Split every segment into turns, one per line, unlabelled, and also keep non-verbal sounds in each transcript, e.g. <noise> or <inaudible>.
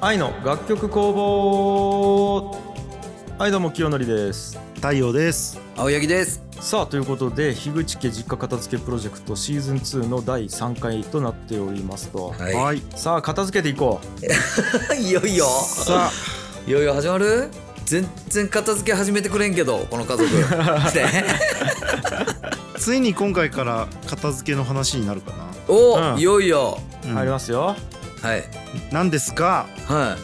愛の楽曲工房はいどうも清則です
太陽です
青柳です
さあということで樋口家実家片付けプロジェクトシーズン2の第3回となっておりますと、
は、
はいい、
さあ片付けていこう
い、よいよ
さ
いよいよ始まる全然片付け始めてくれんけどこの家族来て
ついに今回から片付けの話になるか
お、
うん
いよいよ
あ
な、
入りますよ、
はい
なんですが
は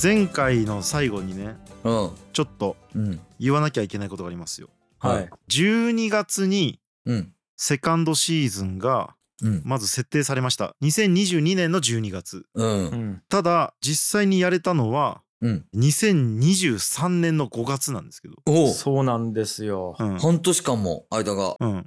前回の最後にね
いうん
ちょっと
うん
言わなきゃいけないことがありますよ
おはい、
12月に
うん
セカンドシーズンが
うん
まず設定されました2022年の12月
うん
う
うん
ん、
ただ実際にやれたのは
うん
2023年の5月なんですけど
おう
そうなんですよ
うん、
半年間も間が
うん、
うん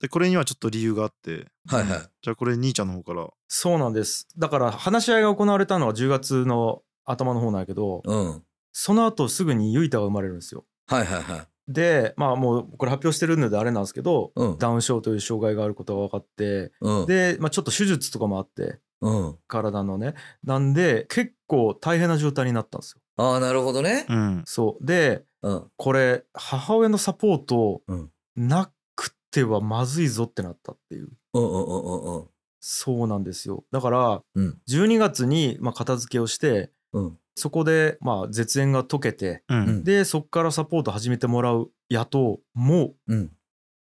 でこれにはちょっと理由があって
はいはい
じゃあこれ兄ちゃんの方から
そうなんですだから話し合いが行われたのは10月の頭の方なんやけど
うん
その後すぐにユイタが生まれるんですよ
はいはいはい
でまあもうこれ発表してるのであれなんですけど
うん
ダウン症という障害があることが分かって
うん
で、まあ、ちょっと手術とかもあって
うん
体のねなんで結構大変な状態になったんですよ
ああなるほどね
うん
そうで
うん
これ母親のサポート
うん
なくてはまずいぞってなったっていう
うんうんうんうんうん
そうなんですよだから
うん
12月にまあ片付けをして
うん
そこでまあ絶縁が解けて
うん
でそこからサポート始めてもらうやとも
うん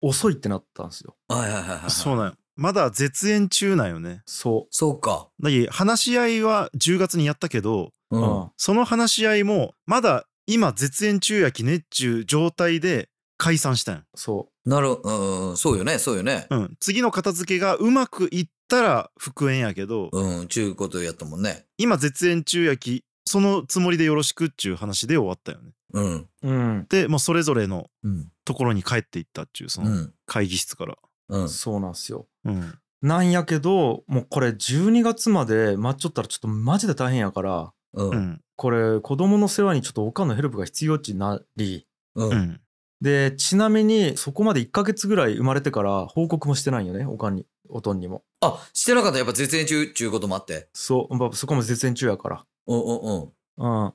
う遅いってなったんですよ
はいはいはいはい
そうなんよまだ絶縁中なんよね
そ
そうか
だけど話し合いは10月にやったけど
う
う、うんん、
その話し合いもまだ今絶縁中やきねっちゅう状態で解散したんよ
そ
なるうんうんそうよねそうよね
うん、次の片付けがうまくいったら復縁やけど
うんちゅうことやったもんね
今絶縁中やきそのつもりでよろしくっちゅう話で終わったよね
うん
ううん
でもうそれぞれの
うん
ところに帰っていったっちゅうそうの
ん
会議室から
うん
そうなんですよ
うん
なんやけどもうこれ12月まで待っちょったらちょっとマジで大変やから
う
うんん
これ子供の世話にちょっとおかんのヘルプが必要値になり
うん
う、ん
でちなみにそこまで1ヶ月ぐらい生まれてから報告もしてないんよねおかんにおとんにも
あしてなかったやっぱ絶縁中っちゅうこともあって
そうまあそこも絶縁中やから
うんうん
うん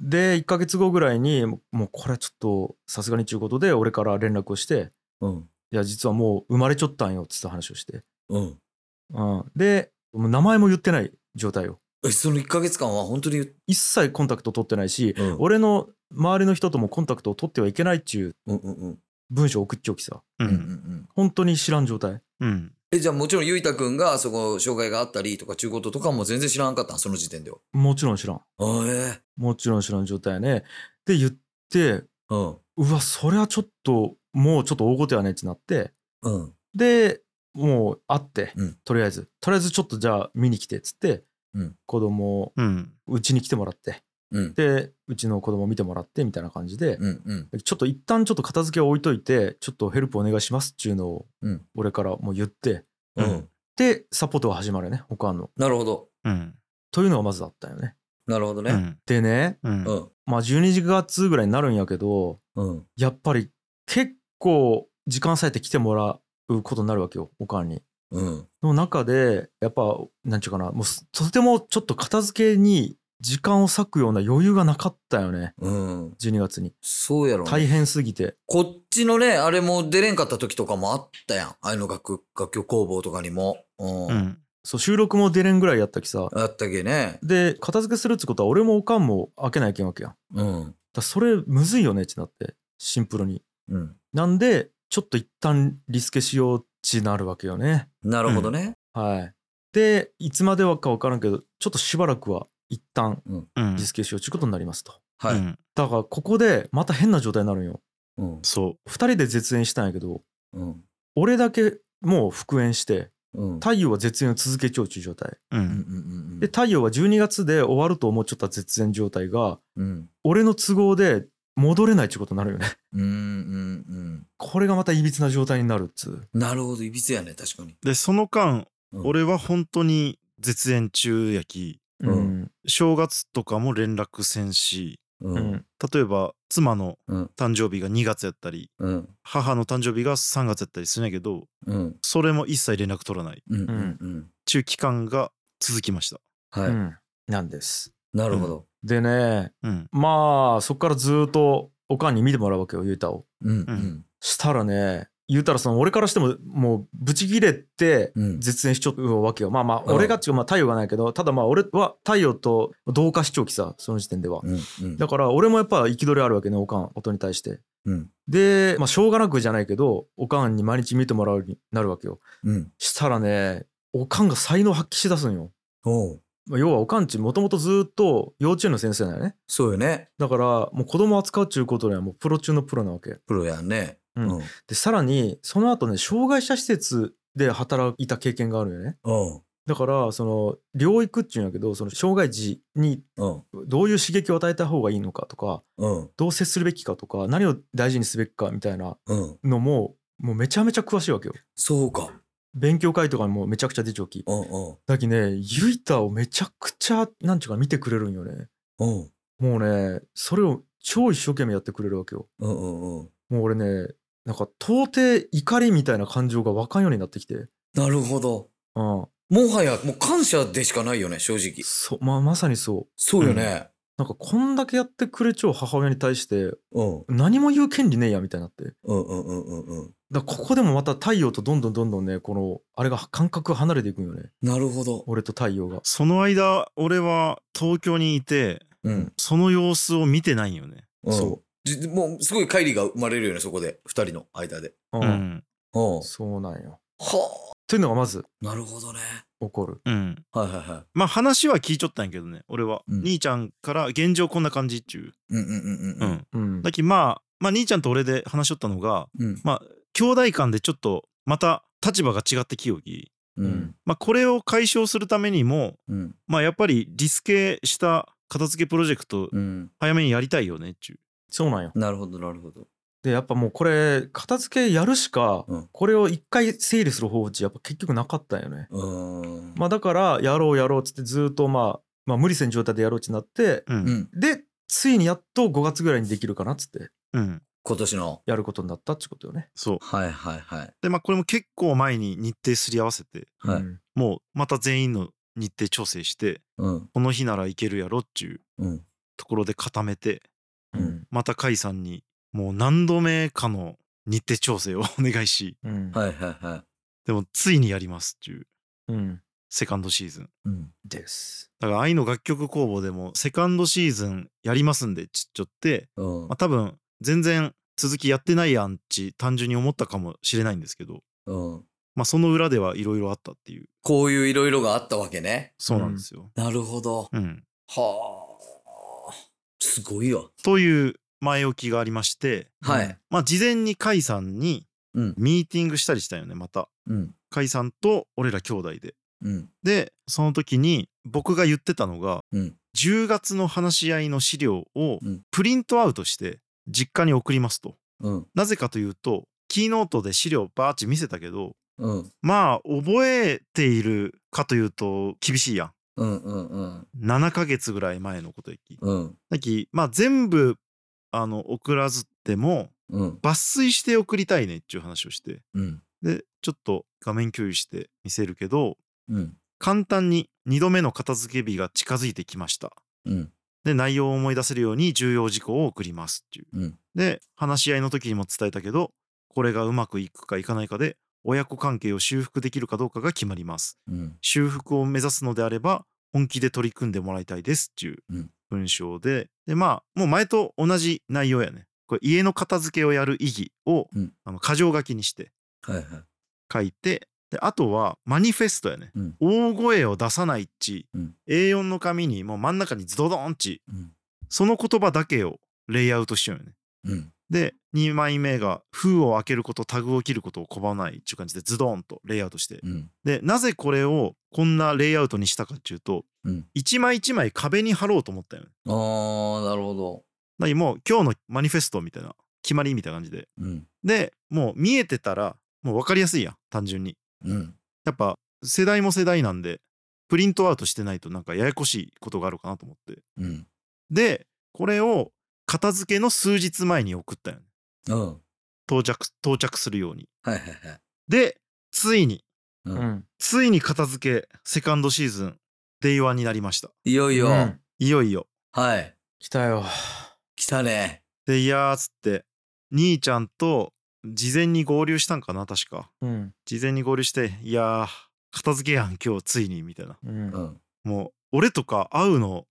で1ヶ月後ぐらいにもうもうこれちょっとさすがにちゅうことで俺から連絡をして
うんうん
「いや実はもう生まれちょったんよ」っつった話をして、
うん
うん、でもう名前も言ってない状態よ
えその1ヶ月間は本当に、
一切コンタクト取ってないし
うん、
俺の周りの人ともコンタクトを取ってはいけないっちゅう
うんうんうん
文章を送っちゃおきさ
う
うんうんうんん
本当に知らん状態
うん
えじゃあもちろんゆいたくんがそこ障害があったりとかちゅうこととかも全然知らんかったんその時点では
もちろん知らん
あえ
もちろん知らん状態やねで言って
えうん
うわそりゃちょっともうちょっと大ごとやねってなって
うん
でもう会って、
うん
とりあえずとりあえずちょっとじゃあ見に来てっつって、
うん
子供を
うん
うちに来てもらって
うん
でうちの子供見てもらってみたいな感じで、
うんうん
ちょっと一旦ちょっと片付けを置いといてちょっとヘルプお願いしますっちゅうのを
うん
俺からもう言って、
うん、
うん
でサポートが始まるね他の
なるほど
うん
というのがまずだったよね
なるほど
う
ね
ん
でね
うん
う
うん
ん
まあ12月ぐらいになるんやけど
うん
やっぱり結構時間割いて来てもらうことになるわけよおかんに
うん
の中でやっぱなんちゅうかなもうすとてもちょっと片付けに時間を割くような余裕がなかったよね
うん
12月に
そうやろ、ね、
大変すぎて
こっちのね、あれも出れんかった時とかもあったやん。ああいうの楽、楽曲工房とかにも。うん。
うん
そう収録も出れんぐらいやったきさ
あったけね。
で片付けするってことは俺もおかんも開けないけんわけやんだか
うん。
らそれむずいよねってなってシンプルに
うん。
なんでちょっと一旦リスケしようってなるわけよね
なるほどね。
はいでいつまではか分からんけどちょっとしばらくは一旦
うん
リスケしようっていうことになりますと
は
う
い。
ん
だからここでまた変な状態になるんよ
うん。
そ
2人で絶縁したんやけど
うん。
俺だけもう復縁して
うん。
太陽は絶縁を続けちゃうっていう状態
うう
うんうん
ん
うん
で太陽は12月で終わると思っちゃった絶縁状態が
うん。
俺の都合で戻れないってことになる
<laughs>
よね
うん。うん。うん。
これがまたいびつな状態になるっつう
なるほど。いびつやね。確かに。
でその間、
うん
俺は本当に絶縁中やき
うん
正月とかも連絡せんし
う。
うんん
例えば妻の
うん
誕生日が2月やったり
うん。
母の誕生日が3月やったりするんやけど
うん。
それも一切連絡取らない
うん。うん。うん。
中期間が続きました
は
う
い。
んなんです
なるほど。
でね
うん
まあそっからずーっとおかんに見てもらうわけよ雄太を
うん。
う
うんん。
したらね言うたらその俺からしてももうブチギレて
うん
絶縁しちゃうわけよまあまあ
うん
俺が違うまあ太陽がないけどただまあ俺は太陽と同化視聴器さその時点では
うん。うん
だから俺もやっぱ憤りあるわけねおかん音に対して
うん。
でまあしょうがなくじゃないけどおかんに毎日見てもらうようになるわけよ
うん。
したらねおかんが才能発揮しだすんよ
おう。
まあ要はおかんちもともとずーっと幼稚園の先生だよね
そうよね。
だからもう子供扱うっちゅうことにはもうプロ中のプロなわけ
プロやんね。
うん
うん。
でさらにその後ね障害者施設で働いた経験があるよね
うん。
だからその療育っちゅうんやけどその障害児に
うん。
どういう刺激を与えた方がいいのかとか
うん。
どう接するべきかとか何を大事にすべきかみたいな
うん。
のももうめちゃめちゃ詳しいわけよ
そうか。
勉強会とかにもめちゃくちゃ出ちょき
うん。うん。
だきねゆいたをめちゃくちゃなんちゅうか見てくれるんよね
うん。
もうねそれを超一生懸命やってくれるわけよ
うん。うん。うん。
もう俺ねなんか到底怒りみたいな感情が湧かんようになってきて
なるほど。
うん
もはや、もう感謝でしかないよね、正直。
そうまあ、まさにそう
そうよね。
なんかこんだけやってくれちゃう母親に対して
うん。
何も言う権利ねえやみたいになってだか
うん。うん。うん。うん。うん。
らここでもまた太陽とどんどんどんどんねこのあれが感覚が離れていくんよね
なるほど。
俺と太陽が
その間俺は東京にいて
うん。
その様子を見てないよね
そうん。もう、すごい乖離が生まれるよね、そこで。二人の間で。
う、
うんん
うん。
そうなんよ
は
というのがまず
あ。なるほどね。
起こる
うん
はいはいは
まあ話は聞いちょったんやけどね俺は、
うん
兄ちゃんから現状こんな感じっちゅ
い。うんうんうん
う、
う
うんん、
うん
だきまあまあ兄ちゃんと俺で話しとったのが
うん。
まあ兄弟間でちょっとまた立場が違ってきよぎ
う
うんん。
まあこれを解消するためにも
うん。
まあやっぱりリスケした片付けプロジェクト
うん。
早めにやりたいよねっちゅう
そうなんよ
なるほどなるほど。
でやっぱもうこれ片付けやるしか
うん
これを一回整理する方法じゃやっぱ結局なかったんよね
うーん。
まあだからやろうやろうっつってずーっとまあまあ無理せん状態でやろうってなって
う
うんん。
でついにやっと5月ぐらいにできるかなっつって
うん
今年の。
やることになったってことよね。
そう
はいはいはい。
でまあこれも結構前に日程すり合わせて
はい
うん
もうまた全員の日程調整して
うん。
この日ならいけるやろっちゅう
うん。
ところで固めて
うん
また甲斐さんにもう何度目かの日程調整をお願いし
うん
はいはいはい。
でもついにやりますっていう
うん
セカンドシーズン
うん。
です。
だから愛の楽曲工房でもセカンドシーズンやりますんでちっちょって、
うん
まあ、多分全然続きやってないやんち単純に思ったかもしれないんですけど、
うん。
まあ、その裏ではいろいろあったっていう
こういういろいろがあったわけね。
そうなんですよ。
なるほど。
うん
はあ。すごいわ。
という前置きがありまして、
はい。
まあ、事前に甲斐さんに
うん
ミーティングしたりしたよねまた
うん。
甲斐さんと俺ら兄弟で。
うん。
でその時に僕が言ってたのが
うん。
10月の話し合いの資料を
うん
プリントアウトして実家に送りますと。
うん。
なぜかというとキーノートで資料バーッチ見せたけど
うん。
まあ覚えているかというと厳しいや
うん。うん。うん。
ん7ヶ月ぐらい前のことやき。
うん。
だきまあ全部あの送らずっても
うん。
抜粋して送りたいねっていう話をして
うん。
でちょっと画面共有して見せるけど
うん。
簡単に2度目の片付け日が近づいてきました
うん。
で内容を思い出せるように重要事項を送りますっていう、
うん
で話し合いの時にも伝えたけどこれがうまくいくかいかないかで親子関係を修復できるかどうかが決まります
うん。
修復を目指すのであれば本気で取り組んでもらいたいですっていう
うん
文章ででまあもう前と同じ内容やねこれ家の片付けをやる意義を、
うん
あの箇条書きにして
はいはい。
書いてであとはマニフェストやね、
うん
大声を出さないっち、
うん
A4 の紙にもう真ん中にズドドンっち、
うん
その言葉だけをレイアウトしようよね
うん。
で2枚目が封を開けることタグを切ることを拒まないっていう感じでズドンとレイアウトして
うん。
でなぜこれをこんなレイアウトにしたかっていうと、
うん
一枚一枚壁に貼ろうと思ったよね
ああ、なるほど。
だからもう今日のマニフェストみたいな決まりみたいな感じで
うん。
でもう見えてたらもう分かりやすいやん単純に
うん。
やっぱ世代も世代なんでプリントアウトしてないとなんかややこしいことがあるかなと思って
うん。
でこれを片付けの数日前に送ったよね
うん。はい
到着到着するように
はいはい。
でついに
う。
うんん
ついに片付けセカンドシーズンデイワンになりました
いよいよ。
うん
いよいよ。
はい。
来たよ
来たね。
で、いやーっつって、兄ちゃんと事前に合流したんかな、確か。
うん
事前に合流して、いやー、片付けやん、今日ついに、みたいな。
う
うんん。
もう、俺とか会うの、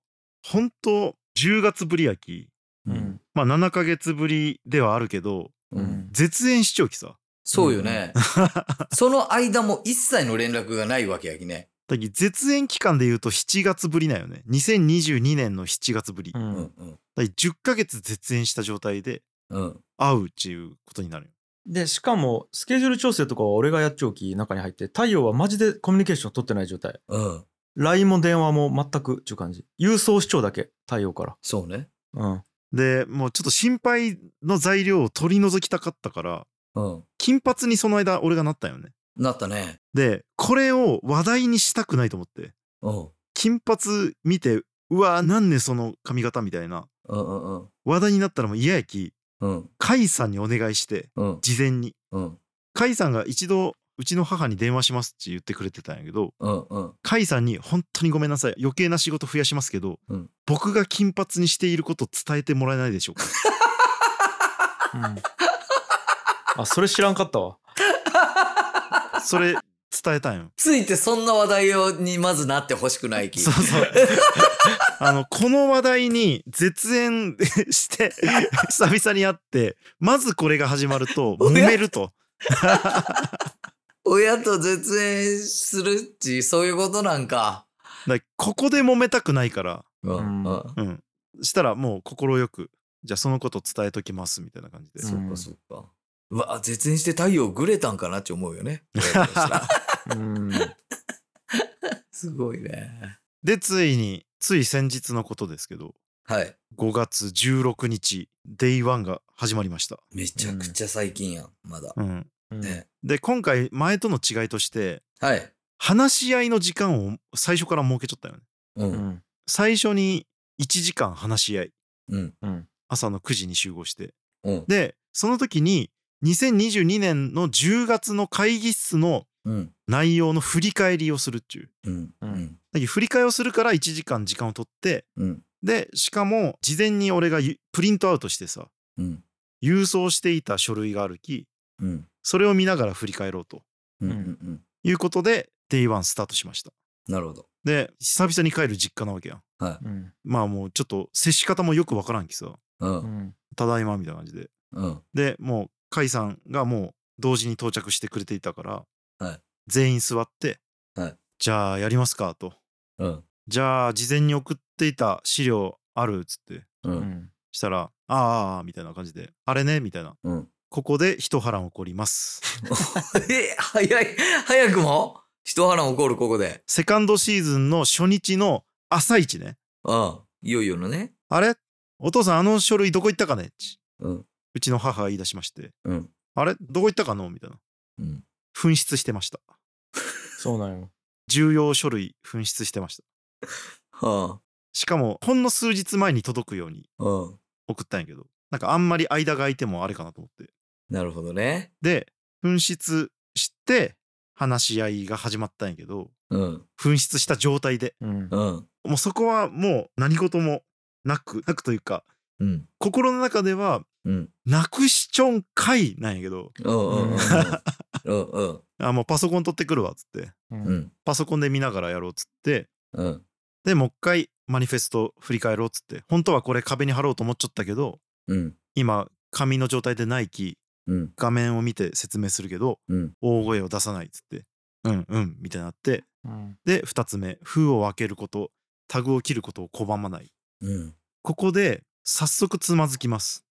ほんと、10月ぶりやき。
うん
まあ、7ヶ月ぶりではあるけど、
う
うんん。
絶縁しちょうきさ。
そうよね。その間も一切の連絡がないわけやきね。
だき絶縁期間で言うと7月ぶりなんよね。2022年の7月ぶり。
う
だ
うんんうん。
き10ヶ月絶縁した状態で
うん。
会うっていうことになるよ。
でしかもスケジュール調整とかは俺がやっちゃおき中に入って太陽はマジでコミュニケーション取ってない状態
うん。
LINE も電話も全くっていう感じ郵送視聴だけ太陽から
そうね。 <laughs>
うん
で、もうちょっと心配の材料を取り除きたかったから、
うん。
金髪にその間俺がなったよね。
なったね。
で、これを話題にしたくないと思って。
うん。
金髪見て、うわー、なんでその髪型みたいな。
うんうんうん。
話題になったらもう嫌やき、
うん。
甲斐さんにお願いして、
うん。
事前に。
うん。
甲斐さんが一度、うちの母に電話しますって言ってくれてたんやけど、
うん。うん。
甲斐さんに本当にごめんなさい余計な仕事増やしますけど、
うん
僕が金髪にしていること伝えてもらえないでしょうか
うん、あそれ知らんかったわ
<laughs>
それ伝えたんよ
ついてそんな話題をにまずなってほしくないき。
そう
<laughs>
そうあのこの話題に絶縁
<laughs>
して久々に会ってまずこれが始まる
<laughs>
と揉めると
親と絶縁するっち、そういうことなんか。
だからここで揉めたくないから
うんん。うん。
うんしたらもう快くじゃあそのこと伝えときますみたいな感じで、
ん
そうかそうか。うわ、絶縁して太陽ぐれたんかなって思うよね。親からしたら
う
<laughs>
ん
すごいね。
でついについ先日のことですけど
はい。
5月16日 Day1 が始まりました、
めちゃくちゃ最近やん、まだ。
うん、
うん
ね。
で今回前との違いとして
はい。
話し合いの時間を最初から設けちゃったよね
う。
うんん
最初に1時間話し合い
うん。
うん
朝の9時に集合して
うん。
でその時に2022年の10月の会議室の
うん。
内容の振り返りをするっちゅう
うん。うん。
だけど振り返りをするから1時間時間を取って
うん。
でしかも事前に俺がゆプリントアウトしてさ
うん。
郵送していた書類があるき
うん。
それを見ながら振り返ろうと
うん。うん。
いうことで Day1 スタートしました
なるほど。
で久々に帰る実家なわけやん
うん
まあもうちょっと接し方もよくわからんきさ
う。
うんん
「ただいま」みたいな感じで
うん。
でもう甲斐さんがもう同時に到着してくれていたから、
はい
全員座って、
はい
じゃあやりますか」と
うん。
「じゃあ事前に送っていた資料ある」っつって
う。
うんん
したら「ああああ」みたいな感じで「あれね」みたいな
うん。 <laughs>
ここで一波乱起こります。
え、早い。早くも一波乱起こる、ここで。
セカンドシーズンの初日の朝一ね。
うん。いよいよのね。
あれお父さんあの書類どこ行ったかねち
うん。
うちの母が言い出しまして。
うん。
あれどこ行ったかのみたいな。
うん。
紛失してました。
そうなんよ
重要書類紛失してました。
は
しかも、ほんの数日前に届くように
あ。うん。
送ったんやけど、なんかあんまり間が空いてもあれかなと思って。
なるほどね。
で、紛失して、話し合いが始まったんやけど、
うん。
紛失した状態で、
うん
うん。
もうそこはもう何事もなく、なくというか、
うん。
心の中では、
うん。
なくしちょんかいなんやけど、
うんうんうんうん。うん
あ、もうパソコン取ってくるわ、つって。
う
うんん。
パソコンで見ながらやろう、つって。
うん。
で、もう一回マニフェスト振り返ろう、つって。本当はこれ壁に貼ろうと思っちゃったけど、
うん。
今、紙の状態でないき、
うん。
画面を見て説明するけど、
うん。
大声を出さないっつってうんうんみたいになって
うん
で2つ目封を開けることタグを切ることを拒まない
うん。
ここで早速つまずきます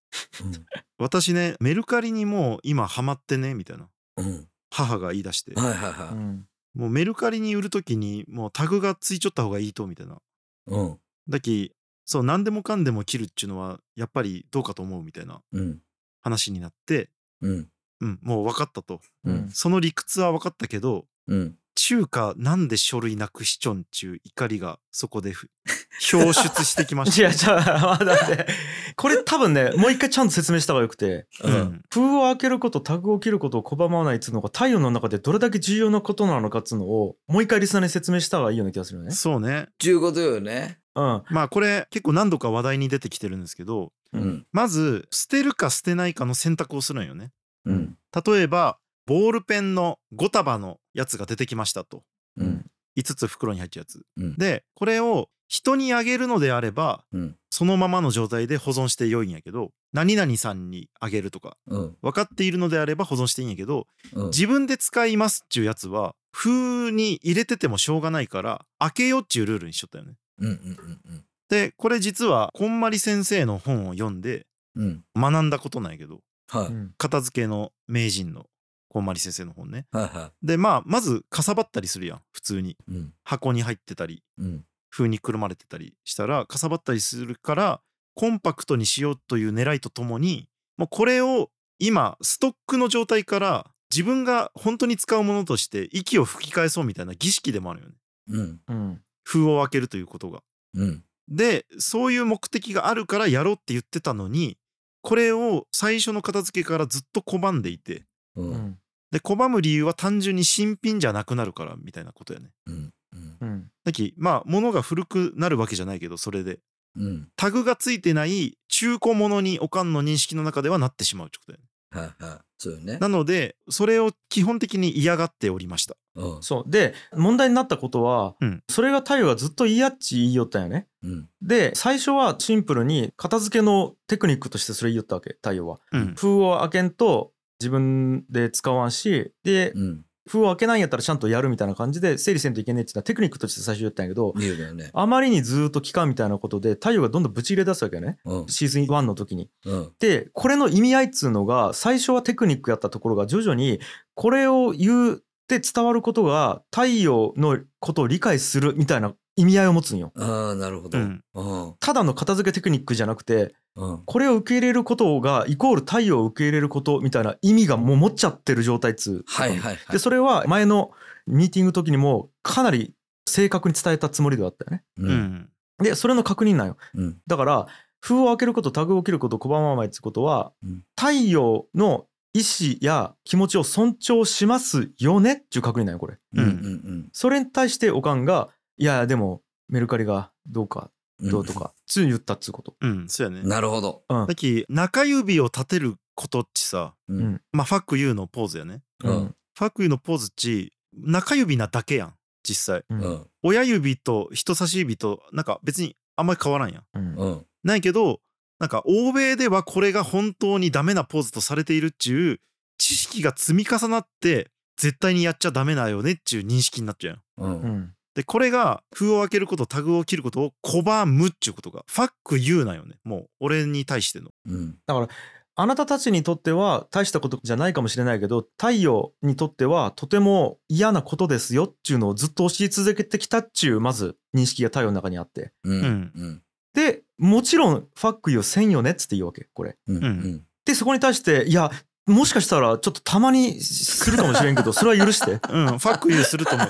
私ねメルカリにもう今ハマってねみたいな
うん。
母が言い出して
はいはいは
う
い。
ん
もうメルカリに売る時にもうタグがついちょった方がいいとみたいな
うん。
だきそう何でもかんでも切るっちゅうのはやっぱりどうかと思うみたいな
うん。
話になって
うん。
うんもう分かったと
うん。
その理屈は分かったけど
うん。
中華なんで書類なくしちょんちゅう怒りがそこでふ表出してきま
い
した。
やじゃあだってこれ多
<laughs>
分ねもう一回ちゃんと説明した方がよくて
う
う
ん。
ん、
封を開けることタグを切ることを拒まないっつうのが太陽の中でどれだけ重要なことなのかっつうのをもう一回リスナーに説明した方がいいような気がするよね。
そうね。
ちゅうことよね。
うん
まあこれ結構何度か話題に出てきてるんですけど
う
うんん。
まず捨てるか捨てないかの選択をするんよね
うん。
例えばボールペンの5束のやつが出てきましたと
うん。
5つ袋に入ったやつ、
うん
でこれを人にあげるのであれば、
うん
そのままの状態で保存して良いんやけど何々さんにあげるとか
うん。
分かっているのであれば保存していいんやけど
うん。
自分で使いますっちゅうやつは封に入れててもしょうがないから開けようっちゅうルールにしとったよね。
うん。うん。
でこれ実はこんまり先生の本を読んで
うん。
学んだことなんやけど
は
う
い。
ん
片付けの名人のこんまり先生の本ね。
はいは
でまあまずかさばったりするやん普通に
い。うん。
箱に入ってたり
うん。
風にくるまれてたりしたらかさばったりするからコンパクトにしようという狙いとともにもうこれを今ストックの状態から自分が本当に使うものとして息を吹き返そうみたいな儀式でもあるよね
うん。
うん
封を開けるということが。
うん。
でそういう目的があるからやろうって言ってたのにこれを最初の片付けからずっと拒んでいて
う。
うんん
で拒む理由は単純に新品じゃなくなるからみたいなことやね。
うん。
うん
だきまあ物が古くなるわけじゃないけどそれで
うん。
タグがついてない中古物におかんの認識の中ではなってしまうってことだよね。
はいはい。そうよね
な。のでそれを基本的に嫌がっておりました。
うん。
そうで問題になったことは、
うん
それが太陽がずっと言いやっち言いよったんよね
うん。
で最初はシンプルに片付けのテクニックとしてそれ言いよったわけ太陽は
うん、
封を開けんと自分で使わんしで
うん。
封を開けないんやったらちゃんとやるみたいな感じで整理せんといけねえっていうのはテクニックとして最初言ったんやけど
見るよね。
あまりにずーっと期間みたいなことで太陽がどんどんブチ入れ出すわけよね
うん。
シーズン1の時に。
うん。
でこれの意味合いっつうのが最初はテクニックやったところが徐々にこれを言って伝わることが太陽のことを理解するみたいな意味合いを持つんよ。
ああ、なるほど。
う
うん
ん。
ただの片付けテクニックじゃなくて
うん。
これを受け入れることがイコール太陽を受け入れることみたいな意味がもう持っちゃってる状態っつう。
はいはいはい
で。それは前のミーティングの時にもかなり正確に伝えたつもりではあったよね。
う。
うんん
でそれの確認なんよ。
うん。
だから封を開けることタグを切ること拒まないってことは、
うん
太陽の意思や気持ちを尊重しますよねっていう確認なんよこれ。
うん。うん。
それに対しておかんが「いやいやでもメルカリがどうか
うん。
どうとか」つう言ったっつうこと。
うん、そうやね。
なるほど。
うん
だき中指を立てることっちさ、
うん
まあファックユーのポーズやね。
う
うんん。
ファックユーのポーズっち中指なだけやん実際。
うん
う
うん
ん。
親指と人差し指となんか別にあんまり変わらんやん。
うん。
ないけどなんか欧米ではこれが本当にダメなポーズとされているっちゅう知識が積み重なって絶対にやっちゃダメだよねっちゅう認識になっちゃうやん。
う。
うんん
でこれが封を開けることタグを切ることを拒むっちゅうことがファック言うなよねもう俺に対しての。
うん。
あなたたちにとっては大したことじゃないかもしれないけど太陽にとってはとても嫌なことですよっちゅうのをずっと教え続けてきたっちゅうまず認識が太陽の中にあって
うん。
う
うんん。
でもちろんファック言うせんよねっつって言うわけこれ。
うん。
ん
でそこに対していやもしかしたらちょっとたまにするかもしれ <laughs> んけどそれは許して
うん、ファック言うす
<laughs>
ると思う。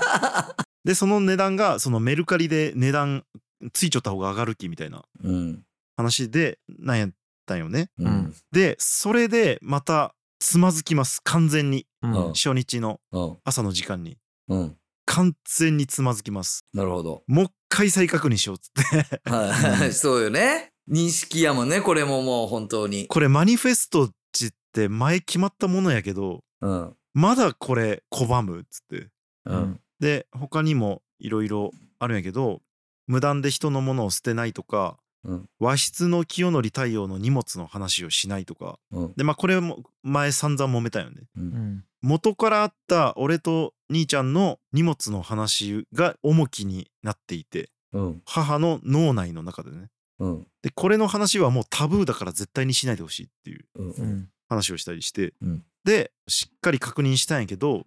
でその値段がそのメルカリで値段ついちょった方が上がるきみたいな
うん。
話でなんやったんよね。
うん。うん。
でそれでまたつまずきます完全に
うん
初日の
うん。
朝の時間に
うん。
完全につまずきます
なるほど。
もう一回再確認しようっつって <laughs>
はい。そうよね。認識やもんね、これももう本当に。
これマニフェストっちって前決まったものやけど
うん。
まだこれ拒むっつって
う。
うんん
で他にもいろいろあるんやけど無断で人のものを捨てないとか、
うん
和室の清則太陽の荷物の話をしないとか
うん。
でまあこれも前散々揉めたよね
うん
元からあった俺と兄ちゃんの荷物の話が重きになっていて
うん。
母の脳内の中でね
うん。
でこれの話はもうタブーだから絶対にしないでほしいっていう
うん。
う
うん。
ん
話をしたりして、
うん
でしっかり確認したんやけど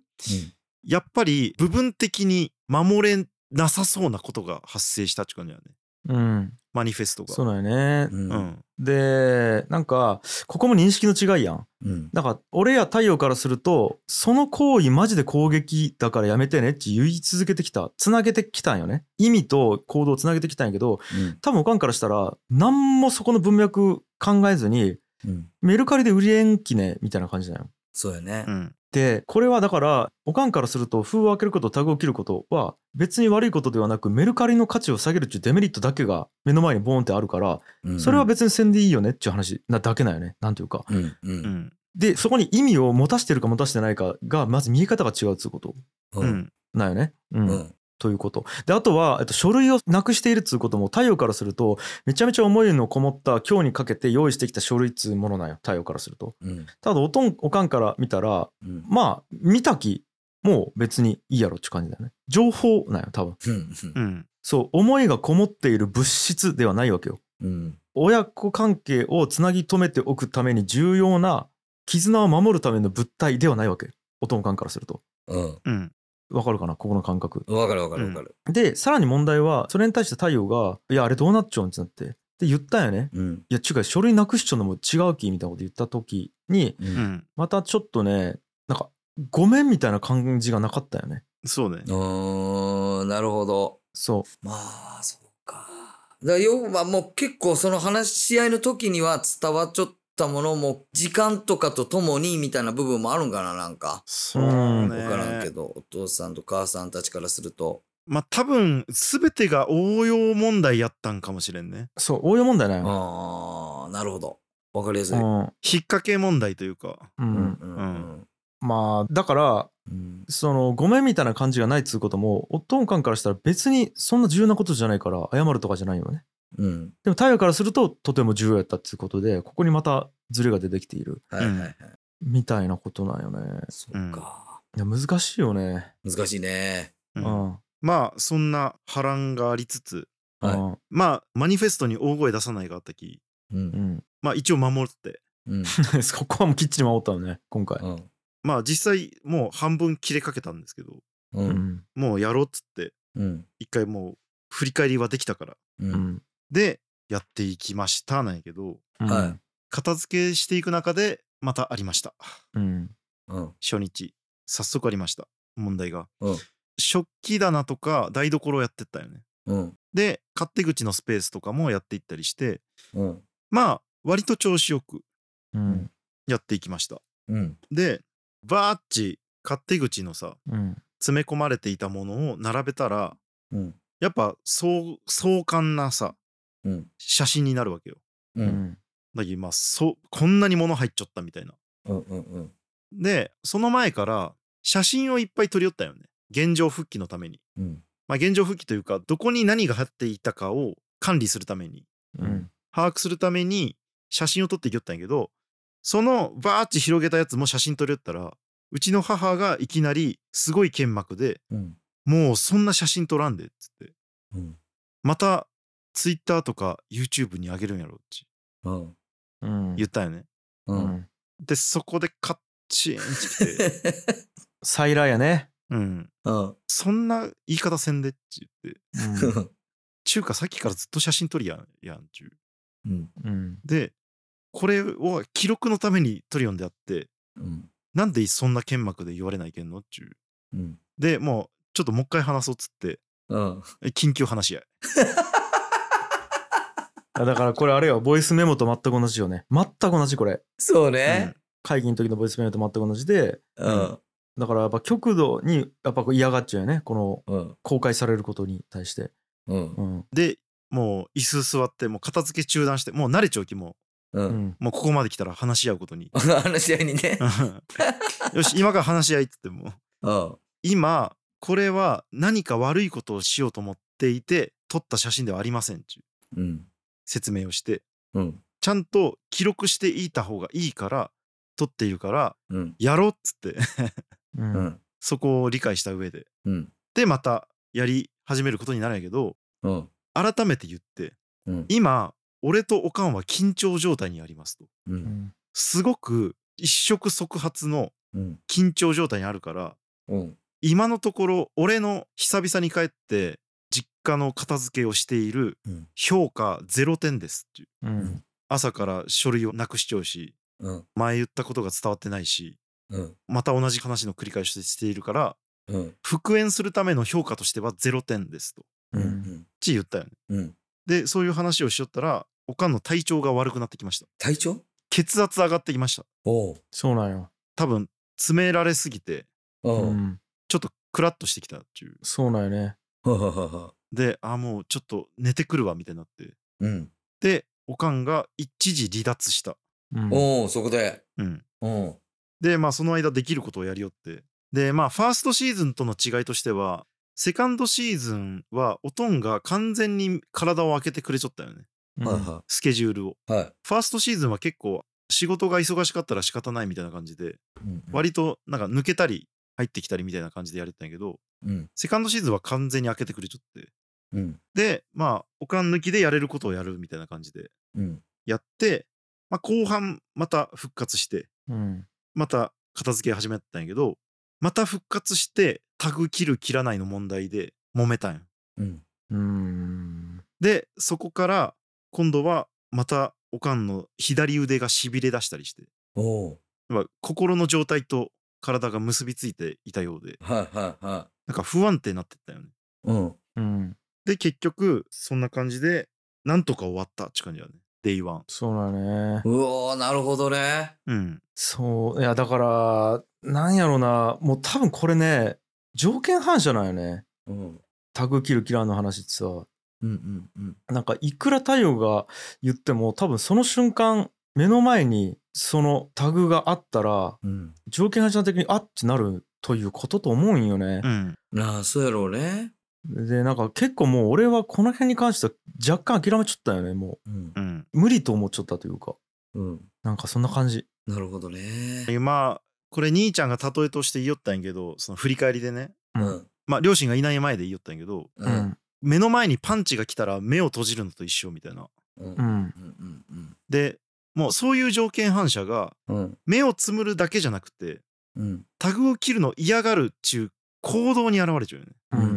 やっぱり部分的に守れなさそうなことが発生したって感じだよね
うん
マニフェストが
そうなんよね
うん。
う
うん。
ん
でなんかここも認識の違いやん
うん。
だから俺や太陽からするとその行為マジで攻撃だからやめてねって言い続けてきたつなげてきたんよね意味と行動をつなげてきたんやけど多分おかんからしたら何もそこの文脈考えずに
うん。
メルカリで売りえんきねみたいな感じだよ
そうよね
う。ん
てこれはだからおかんからすると封を開けることタグを切ることは別に悪いことではなくメルカリの価値を下げるっていうデメリットだけが目の前にボーンってあるから
うん
それは別にせんでいいよねっていう話なだけなんよねなんていうか
うんう
うんん
でそこに意味を持たしてるか持たしてないかがまず見え方が違うっつうこと
う
うんん
なんよねう
うんん
ということであとは、えっと、書類をなくしているっつうことも太陽からするとめちゃめちゃ思いのこもった今日にかけて用意してきた書類っつうものなんよ太陽からすると
うん
ただおとんおかんから見たら
うん
まあ見たきもう別にいいやろって感じだよね情報なんよ多分
うん
うん
そう思いがこもっている物質ではないわけよ
うん
親子関係をつなぎ止めておくために重要な絆を守るための物体ではないわけおとんおかんからすると
うん
うん
わかるかなここの感覚
わかるわかるわかる
でさらに問題はそれに対して太陽が「いやあれどうなっちゃうん?」ってなってで言ったんよね
うん
いや違う書類なくしちゃうのも違うきみたいなこと言った時に
う
うんん
またちょっとねなんかごめんみたいな感じがなかったよね
そうね
うーんなるほど
そ
まあそうかだから要はもう結構その話し合いの時には伝わっちゃったものも時間とかとともにみたいな部分もあるんかななんか
そう
うん
ね
分からんけど、お父さんと母さんたちからすると
まあ多分全てが応用問題やったんかもしれんね
うそう応用問題ないよ、
ああなるほど分かりやす
う
い、
んうん
引っ掛け問題というか
うんうん
まあだから
うん
そのごめんみたいな感じがないっつうこともおとんかんからしたら別にそんな重要なことじゃないから謝るとかじゃないよね
うん
でも太陽からするととても重要やったっつうことでここにまたズレが出てきている
はいはいはい
みたいなことなんよね
そっか
いや難しいよね
難しいね
う
うんん
まあそんな波乱がありつつ
はい
うん
まあマニフェストに大声出さないがあったき
う
うんん <laughs>
まあ一応守って
うん
そこはもうきっちり守ったのね今回
うん
まあ実際もう半分切れかけたんですけど
う
うんん
もうやろうっつって
うん
一回もう振り返りはできたから
う
うんん
でやっていきましたなんやけど
うん
は
片付けしていく中でまたありました
うん
うん
初日早速ありました問題が、
うん
食器棚とか台所をやってったよね
うん
で勝手口のスペースとかもやっていったりして
うん
まあ割と調子よく
うん
やっていきました
うん
でバーッチ勝手口のさ
うん
詰め込まれていたものを並べたら
うん
やっぱそう壮観なさ
うん
写真になるわけよ
う
うんん
だけどまあそうこんなに物入っちゃったみたいな
うんうん
でその前から写真をいっぱい撮り寄ったよね現状復帰のために
うん
まあ現状復帰というかどこに何が貼っていたかを管理するために
うん
把握するために写真を撮っていきよったんやけどそのバーッチ広げたやつも写真撮りよったらうちの母がいきなりすごい剣幕で
うん
「もうそんな写真撮らんで」っつって
うん
また Twitter とか YouTube に上げるんやろうち
うん
うん
言ったよね
う
うんん
でそこでカッチーンっ
<laughs>
てきて
再来やね
うん
うん
そんな言い方せんでって言って
うん
中華さっきからずっと写真撮りやんやんちゅう
うん
<laughs> うん
でこれは記録のために撮りよんであって
うん
なんでそんな剣幕で言われないけんのっちゅう
うん
でもうちょっともう一回話そうっつって
うん
え緊急話し合い
あだからこれあれよボイスメモと全く同じよね全く同じこれ
そう
う
ね
ん
会議の時のボイスメモと全く同じで
うん
だからやっぱ極度にやっぱこう嫌がっちゃうよねこの
うん
公開されることに対して
うん
うん
でもう椅子座ってもう片付け中断してもう慣れちゃうきも
う
う
んん
うもうここまで来たら話し合うこと
<laughs>
に
話し合いにね
よし今から話し合いっつっても
うん
今これは何か悪いことをしようと思っていて撮った写真ではありませんっちゅう
うん
説明をして
うん
ちゃんと記録していた方がいいから撮っているから
うん
やろうっつって <laughs>
う
うんん
そこを理解した上で
うん
でまたやり始めることになるんやけど
うん
改めて言って
うん
今俺とおかんは緊張状態にありますと
う
うんん
すごく一触即発の
うん
緊張状態にあるから
うん
今のところ俺の久々に帰って実家の片付けをしている
うん
評価0点ですっていう
うん
朝から書類をなくしちゃうし
うん
前言ったことが伝わってないし
うん
また同じ話の繰り返しをしているから
うん
復縁するための評価としては0点ですと
うんうん
ち言ったよね
うん
でそういう話をしよったらおかんの体調が悪くなってきました
体調
血圧上がってきました
おう
そうなんよ
多分詰められすぎて
う。
うんん、
ちょっとクラッとしてきたっていう
そうなんよね。
はははは。
であもうちょっと寝てくるわみたいになって
うん。
でおかんが一時離脱した、
うん、
おお、そこで。
うん、
うん。
でまあその間できることをやりよってでまあファーストシーズンとの違いとしてはセカンドシーズンはおとんが完全に体を開けてくれちゃったよね
うん
はいは
スケジュールを
い。はい。
ファーストシーズンは結構仕事が忙しかったら仕方ないみたいな感じで
うん
割となんか抜けたり入ってきたりみたいな感じでやれてたんやけど
うん。
セカンドシーズンは完全に開けてくれちゃって
うん。
でまあおかん抜きでやれることをやるみたいな感じで
うん。
やって、まあ、後半また復活して
うん
また片付け始めたんやけどまた復活してタグ切る切らないの問題で揉めたんよ
うん。
うん
でそこから今度はまたおかんの左腕がしびれ出したりして
おお。
まあ心の状態と体が結びついていたようで
はいはいは
なんか不安定になってったよね
い。うん。
うん、
で結局そんな感じでなんとか終わったって感じだね Day1
そうだね。
うおーなるほどね。
うん
そういやだからなんやろうなもう多分これね条件反射なんよね
うん。
タグ切るキラーの話ってさ
うんうん
なんかいくら太陽が言っても多分その瞬間目の前にそのタグがあったら
うん。うん。
条件反射的にあってなるということと思うんよね
う。ん
なあ、そうやろうね。
でなんか結構もう俺はこの辺に関しては若干諦めちゃったよねも
うん
う。ん
う無理と思っちゃったというか
うん。
なんかそんな感じ。
なるほどね。
でまあこれ兄ちゃんが例えとして言いよったんやけどその振り返りでね
う
うんん。
まあ両親がいない前で言いよったんやけど
う
うんん。
目の前にパンチが来たら目を閉じるのと一緒みたいな
うん。
う
う
ん
ん。うん。うん。
でもうそういう条件反射が
うん。
目をつむるだけじゃなくて
うん。
タグを切るの嫌がるっちゅう行動に現れちゃうよね
う
うん。うん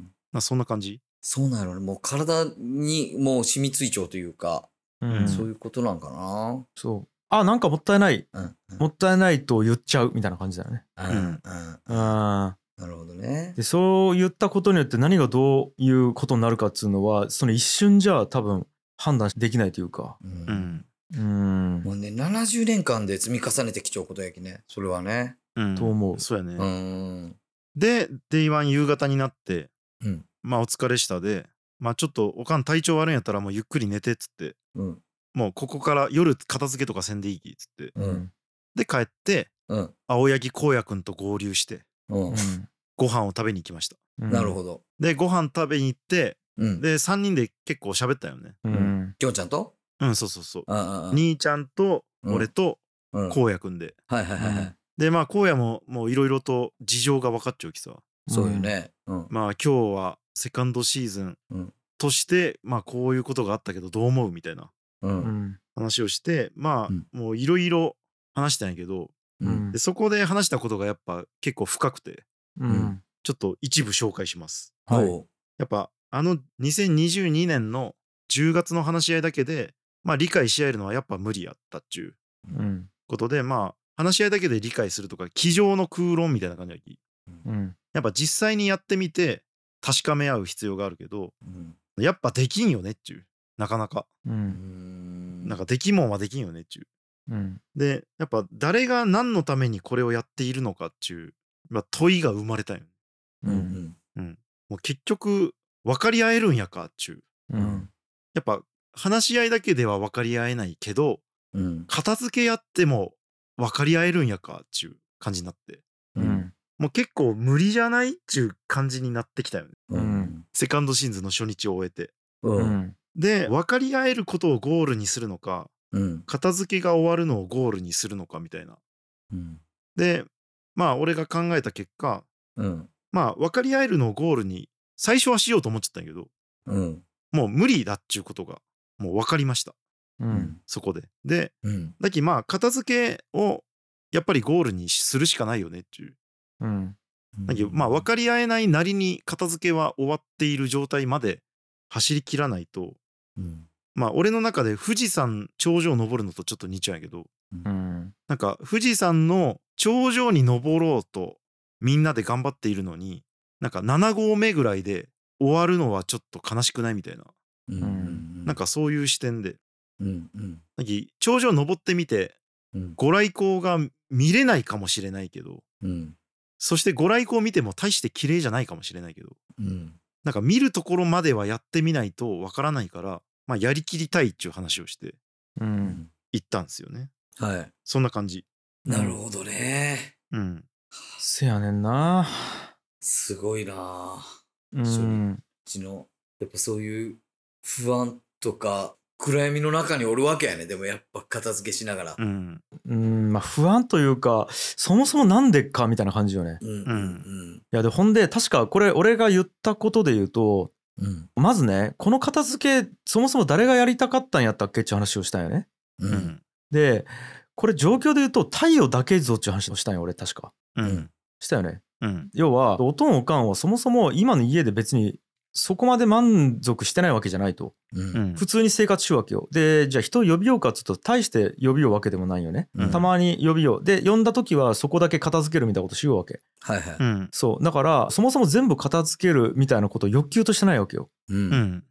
ん。
まあそんな感じ
そうなのね。もう体にもう染みついちゃうというか、
うん
そういうことなんかな。
そうあなんかもったいない
うん。うん
もったいないと言っちゃうみたいな感じだよね。
うん
うん
うん
うん
なるほどね
で。そう言ったことによって何がどういうことになるかっていうのはその一瞬じゃ多分判断できないというか。
う。
うんん
うん
もうね、70年間で積み重ねてきちゃうことやきね。それはね。
うん
と思う
そうやね、
うん。
で Day1 夕方になって
うん。
まあお疲れしたで、まあちょっとおかん体調悪いんやったらもうゆっくり寝てっつって、
うん。
もうここから夜片付けとかせんでいいきっつって。
う。
うんん
で帰って、
うん。
青柳光也くんと合流して、
うん。
ご飯を食べに行きました。
うん
なるほど。
で、ご飯食べに行って、
うん。
で、3人で結構喋ったよね。
うん
きょうちゃんと
うん、そうそうそう。
うんうんうん。
兄ちゃんと
うん
俺と
うん、
光也くんで。
はいはいはいはい。
で、まあ光也ももういろいろと事情が分かっちゃうきさ。
そうよね。うん。
まあ今日はセカンドシーズン
うん
として、まあこういうことがあったけどどう思うみたいな。
う。
うんん
話をしてまあ、
うん
もういろいろ話したんやけど
う
うん。
ん
でそこで話したことがやっぱ結構深くて
うん
ちょっと一部紹介します
はい
おう
やっぱあの2022年の10月の話し合いだけで、まあ、理解し合えるのはやっぱ無理やったっちゅう
うん
ことでまあ話し合いだけで理解するとか机上の空論みたいな感じやき
うん
やっぱ実際にやってみて確かめ合う必要があるけど
うん。
やっぱできんよねっちゅうなかなか
う
うんん。
なんかできんもんはできんよねっちゅう
うん
でやっぱ誰が何のためにこれをやっているのかっていう、まあ、問いが生まれたよね
う
うん
ん
もう結局分かり合えるんやかっちゅう
うんうん
やっぱ話し合いだけでは分かり合えないけど
うん。うん。
片付けやっても分かり合えるんやかっちゅう感じになって
うん
もう結構無理じゃないっちゅう感じになってきたよね
うん。
セカンドシーズンの初日を終えて
う。
うんん
で分かり合えることをゴールにするのか
うん。
片付けが終わるのをゴールにするのかみたいな
うん。
でまあ俺が考えた結果
うん。
まあ分かり合えるのをゴールに最初はしようと思っちゃったんやけど
うん。
もう無理だっちゅうことがもう分かりました
う
うんん。
そこでで
うん。
だきまあ片付けをやっぱりゴールにするしかないよねっていう
うん
だきまあ分かり合えないなりに片付けは終わっている状態まで走り切らないと
うん。
まあ俺の中で富士山頂上登るのとちょっと似ちゃうんやけど
うん
なんか富士山の頂上に登ろうとみんなで頑張っているのになんか7合目ぐらいで終わるのはちょっと悲しくないみたいな
うん。うん。
なんかそういう視点で
うん。うん。
なんか頂上登ってみて
うん。
ご来光が見れないかもしれないけど
うん。
そしてご来光見ても大して綺麗じゃないかもしれないけど
うん。
なんか見るところまではやってみないとわからないから、まあ、やりきりたいっていう話をして
うん
行ったんですよね
はい。
そんな感じ
なるほどね。
うん
せやねんな
すごいなあ
う
そうんうちの、やっぱそういう不安とか、暗闇の中におるわけやね。でもやっぱ片付けしながら
う。ん
うんまあ不安というかそもそもなんでかみたいな感じよね
うん。うん。
いやでほんで確かこれ俺が言ったことで言うと
うん。
まずねこの片付けそもそも誰がやりたかったんやったっけっていう話をしたんよね
う。
うんん
でこれ状況で言うと太陽だけぞっていう話をしたんよ俺確か
うん
したよね
うん
要はおとんおかんはそもそも今の家で別にそこまで満足してないわけじゃないと
う。
うんん
普通に生活しようわけよでじゃあ人を呼びようかっつうと大して呼びようわけでもないよね、
うん
たまに呼びようで呼んだ時はそこだけ片付けるみたいなことしようわけ
はいはい
うんう。ん
そうだからそもそも全部片付けるみたいなことを欲求としてないわけよ
うん。
う
うん。
ん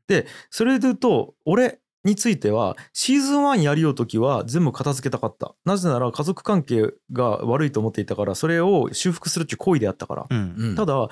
それで言うと俺についてはシーズン1やりようときは全部片付けたかったなぜなら家族関係が悪いと思っていたからそれを修復するっていう行為であったから、
うん
ただ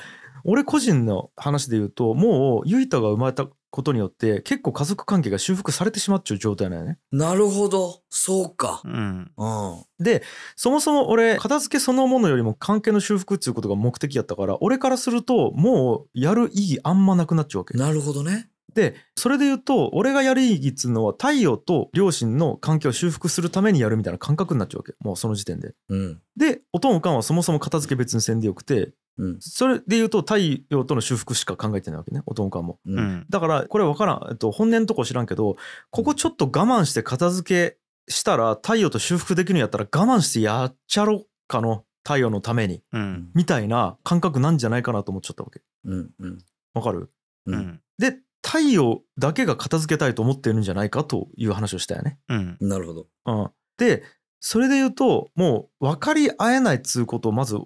俺個人の話で言うともうユイタが生まれたことによって結構家族関係が修復されてしまっちゃう状態なんよね
なるほど。そうか
う。ん
うん。
でそもそも俺片付けそのものよりも関係の修復っていうことが目的やったから俺からするともうやる意義あんまなくなっちゃうわけ
なるほどね。
でそれで言うと俺がやる意義っつうのは太陽と両親の関係を修復するためにやるみたいな感覚になっちゃうわけもうその時点で。
うん。
でおとんおかんはそもそも片付け別にせんでよくて
うん。
それで言うと太陽との修復しか考えてないわけねおとんおかんも。
う。
うんん
だからこれ分からん、えっと、本音のとこ知らんけどここちょっと我慢して片付けしたら太陽と修復できるんやったら我慢してやっちゃろうかの太陽のために
うん
みたいな感覚なんじゃないかなと思っちゃったわけ。
うん。うん。
わかる
う
うん
で太陽だけが片付けたいと思ってるんじゃないかという話をしたよね。
うん
なるほど。
うん、でそれで言うともう分かり合えないっつうことをまず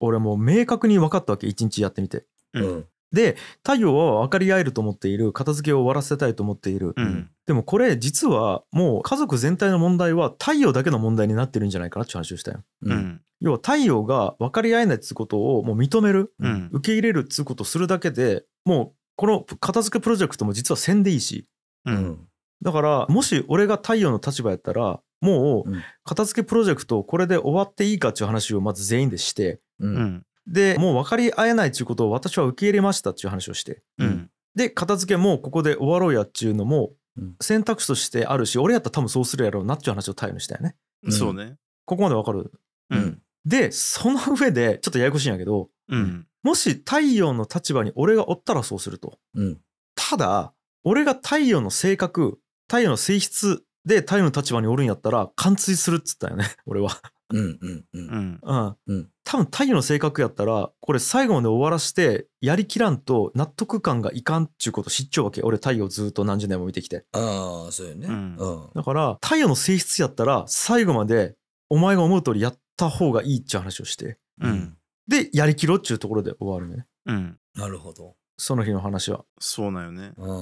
俺もう明確に分かったわけ一日やってみて。
う
う
んん。
で太陽は分かり合えると思っている片付けを終わらせたいと思っている、
うん
でもこれ実はもう家族全体の問題は太陽だけの問題になってるんじゃないかなって話をしたよ。
う
うん
要は太陽が分かり合えないっつうことをもう認める、
うん
受け入れるっつうことをするだけでもうこの片付けプロジェクトも実はせんでいいし、
う
うんん。
だからもし俺が太陽の立場やったらもう
うん
片付けプロジェクトをこれで終わっていいかっていう話をまず全員でして
う。
うんん
でもう分かり合えないっていうことを私は受け入れましたっていう話をして
うん
で片付けもうここで終わろうやっていうのも
うん
選択肢としてあるし俺やったら多分そうするやろうなっていう話を太陽にしたよね
うん
そうね
ここまでわかる
うん
でその上でちょっとややこしいんやけど
うん
もし太陽の立場に俺がおったらそうすると
うん。
ただ俺が太陽の性格太陽の性質で太陽の立場におるんやったら貫通するっつったよね <laughs> 俺は
うん。うん。うん
う。ん
うん、
うん
多分太陽の性格やったらこれ最後まで終わらしてやりきらんと納得感がいかんっちゅうこと知っちゃうわけ俺太陽ずっと何十年も見てきて
ああ、そうよね。
う
うんん。
だから太陽の性質やったら最後までお前が思う通りやった方がいいっちゅう話をして
うん
でやりきろっちゅうところで終わるのね
うん
なるほど。
その日の話は
そうなんよね
う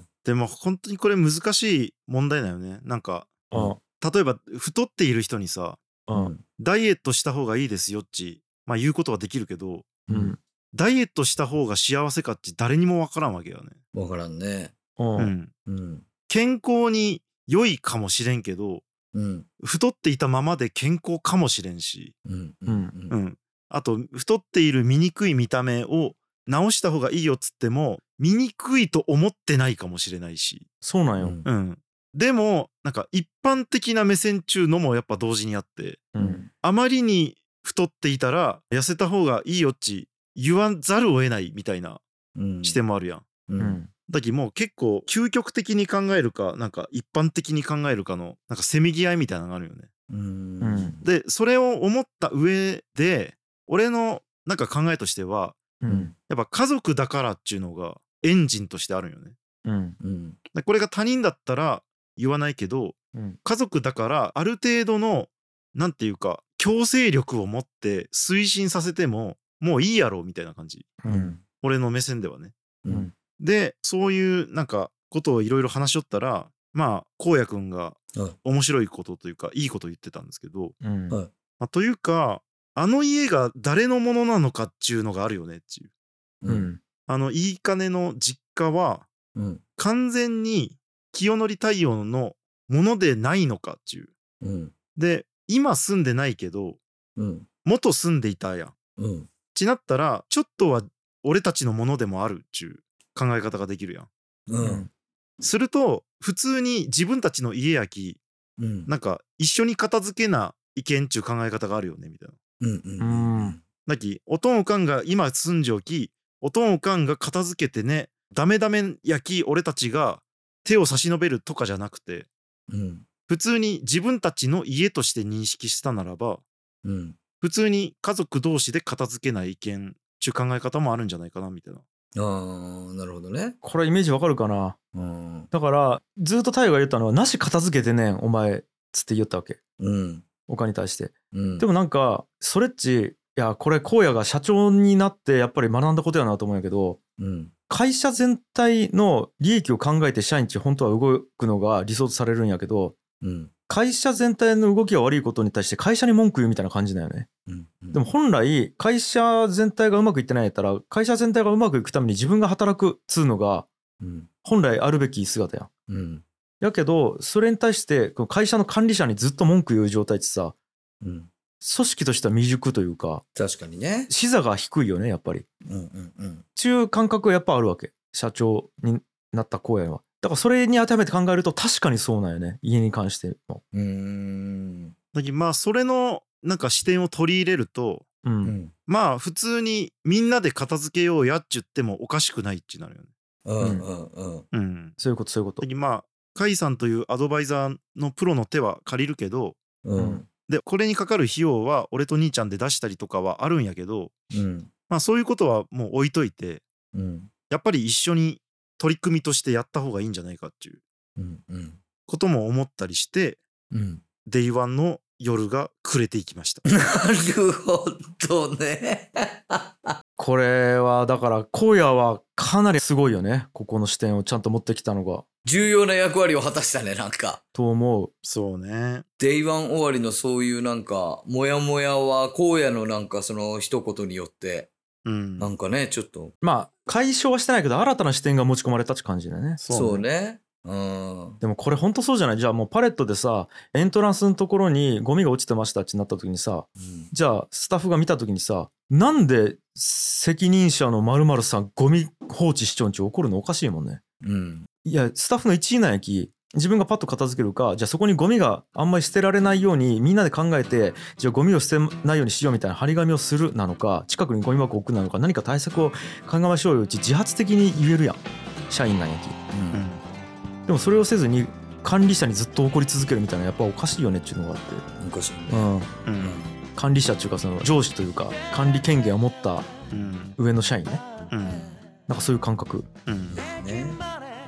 ん。
でも本当にこれ難しい問題だよねなんか
うん
例えば太っている人にさ
うん
ダイエットした方がいいですよっちまあ言うことはできるけど
うん
ダイエットした方が幸せかっち誰にもわからんわけよね、
わからんね。
うん
う
うん
ん、
うん。
健康に良いかもしれんけど
うん。
太っていたままで健康かもしれんし、
うん。
う
うん。
うんん、あと太っている醜い見た目を直した方がいいよっつっても醜いと思ってないかもしれないし、
そうなんよ
うん、でもなんか一般的な目線中のもやっぱ同時にあって
う
うんん。
あまりに太っていたら痩せた方がいいよっち言わざるを得ないみたいな
うん。
視点もあるやん。
う。
うんん
だきもう結構究極的に考えるかなんか一般的に考えるかのなんかせめぎ合いみたいなのがあるよね。
うん。
うん
でそれを思った上で俺のなんか考えとしては
うん
やっぱ家族だからっていうのがエンジンとしてあるんよね。
うん
うん。
でこれが他人だったら言わないけど
うん
家族だからある程度のなんていうか強制力を持って推進させてももういいやろみたいな感じ
うん
俺の目線ではね。
うん。
でそういうなんかことをいろいろ話しよったらまあこうやくんが
はい
面白いことというかいいこと言ってたんですけど
うん
はい
まあというかあの家が誰のものなのかっちゅうのがあるよねっていう
う
うんん。
あのいい金の実家は
うん。
完全に清則太陽のものでないのかっちゅう
うん。
で今住んでないけど
うん。
元住んでいたやん
うん。
ちなったらちょっとは俺たちのものでもあるっちゅう考え方ができるやん
うん。
すると普通に自分たちの家やき
うん。
なんか一緒に片付けな意見っちゅう考え方があるよねみたいな
うん。
う
うん。
ん。
なきおとんおかんが今住んじょきおとんおかんが片付けてねダメダメやき俺たちが手を差し伸べるとかじゃなくて
うん。
普通に自分たちの家として認識したならば
うん。
普通に家族同士で片付けない意見っちゅう考え方もあるんじゃないかなみたいな。
ああ、なるほどね。
これイメージわかるかな
うん。
だからずっと太陽が言ったのは「なし片付けてねんお前」つって言ったわけ
うん。
岡に対して。
うん。
でもなんかそれっちいやこれ荒野が社長になってやっぱり学んだことやなと思うんやけど
うん。
会社全体の利益を考えて社員っち本当は動くのが理想とされるんやけど
うん。
会社全体の動きが悪いことに対して会社に文句言うみたいな感じだよね。
うん。
でも、本来会社全体がうまくいってないんやったら会社全体がうまくいくために自分が働くっつうのが
うん。
本来あるべき姿やん。
うん。
やけどそれに対してこの会社の管理者にずっと文句言う状態ってさ
うん。
組織としては未熟というか
確かにね。
視座が低いよねやっぱり。
うん。うん。うん。
ちゅう感覚がやっぱあるわけ社長になった公演は。だからそれに当てはめて考えると確かにそうなんよね家に関しても。
うーん。
だきまあそれのなんか視点を取り入れると
う
うんん。
まあ普通にみんなで片付けようやっちゅってもおかしくないっちなるよね。
うん。うん。
うん。
そういうことそういうこと
だ。きまあ甲斐さんというアドバイザーのプロの手は借りるけど
うん。
でこれにかかる費用は俺と兄ちゃんで出したりとかはあるんやけど
うん。
まあそういうことはもう置いといて
うん。
やっぱり一緒に取り組みとしてやった方がいいんじゃないかっていう
うん。うん。
ことも思ったりして
うん。
デイワンの夜が暮れていきました。
なるほどね。
これはだから荒野はかなりすごいよねここの視点をちゃんと持ってきたのが
重要な役割を果たしたね、なんか。
と思う。
そうね。
デイワン終わりのそういうなんか、モヤモヤは荒野のなんかその一言によって、
うん。
なんかね、ちょっと、
まあ解消はしてないけど新たな視点が持ち込まれたって感じだよね。
そうね。うん。
でもこれほんとそうじゃないじゃあもうパレットでさエントランスのところにゴミが落ちてましたってなった時にさじゃあスタッフが見た時にさなんで責任者の〇〇さんゴミ放置しちょんち怒るのおかしいもんね。
うん。
いやスタッフの一位なんやき自分がパッと片付けるかじゃあそこにゴミがあんまり捨てられないようにみんなで考えてじゃあゴミを捨てないようにしようみたいな張り紙をするなのか近くにゴミ箱を置くなのか何か対策を考えましょうようち自発的に言えるやん社員なんやき
うん
うん
でもそれをせずに管理者にずっと怒り続けるみたいなやっぱおかしいよねっていうのがあって、
昔
うん、
のね。
う
うんん。
管理者っていうかその上司というか管理権限を持った
うん
上の社員ね
うん
なんかそういう感覚
うん
ね。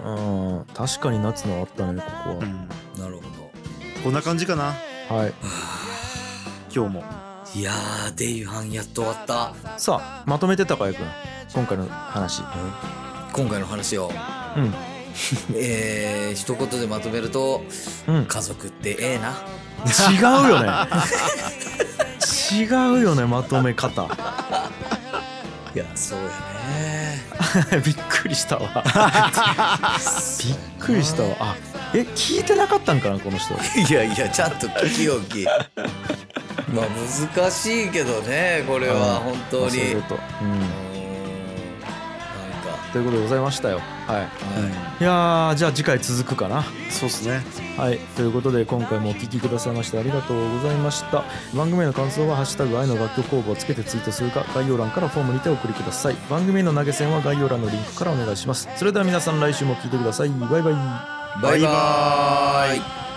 うん確かに夏のはあったねこ
う
こ
ん
なるほど。
こんな感じかな
は、はい
今日も
いやー、デイワンやっと終わった。
さあまとめて高谷君今回の話
今回の話を、
うん
<laughs> えー、一言でまとめると、
うん
家族ってええな。
違うよね違うよねまとめ方 <laughs>
いや、そうやね。
<laughs> びっくりしたわびっく
く
り
り
し
したた
わ
わ
あえ聞いてなかったんかなこの人
いやいやちゃんと聞きよきまあ難しいけどねこれは
うん
本当
そう
に
いうう
ーん
こと、うん
なんか
ということでございましたよ。はい。
はい
やー、じゃあ次回続くかな。
そうっすね
はい。ということで、今回もお聴きくださいましてありがとうございました。番組への感想は、ハッシュタグ愛の楽曲工房をつけてツイートするか、概要欄からフォームにてお送りください。番組への投げ銭は概要欄のリンクからお願いします。それでは皆さん来週も聴いてください。バイバイ。
いバイバーイ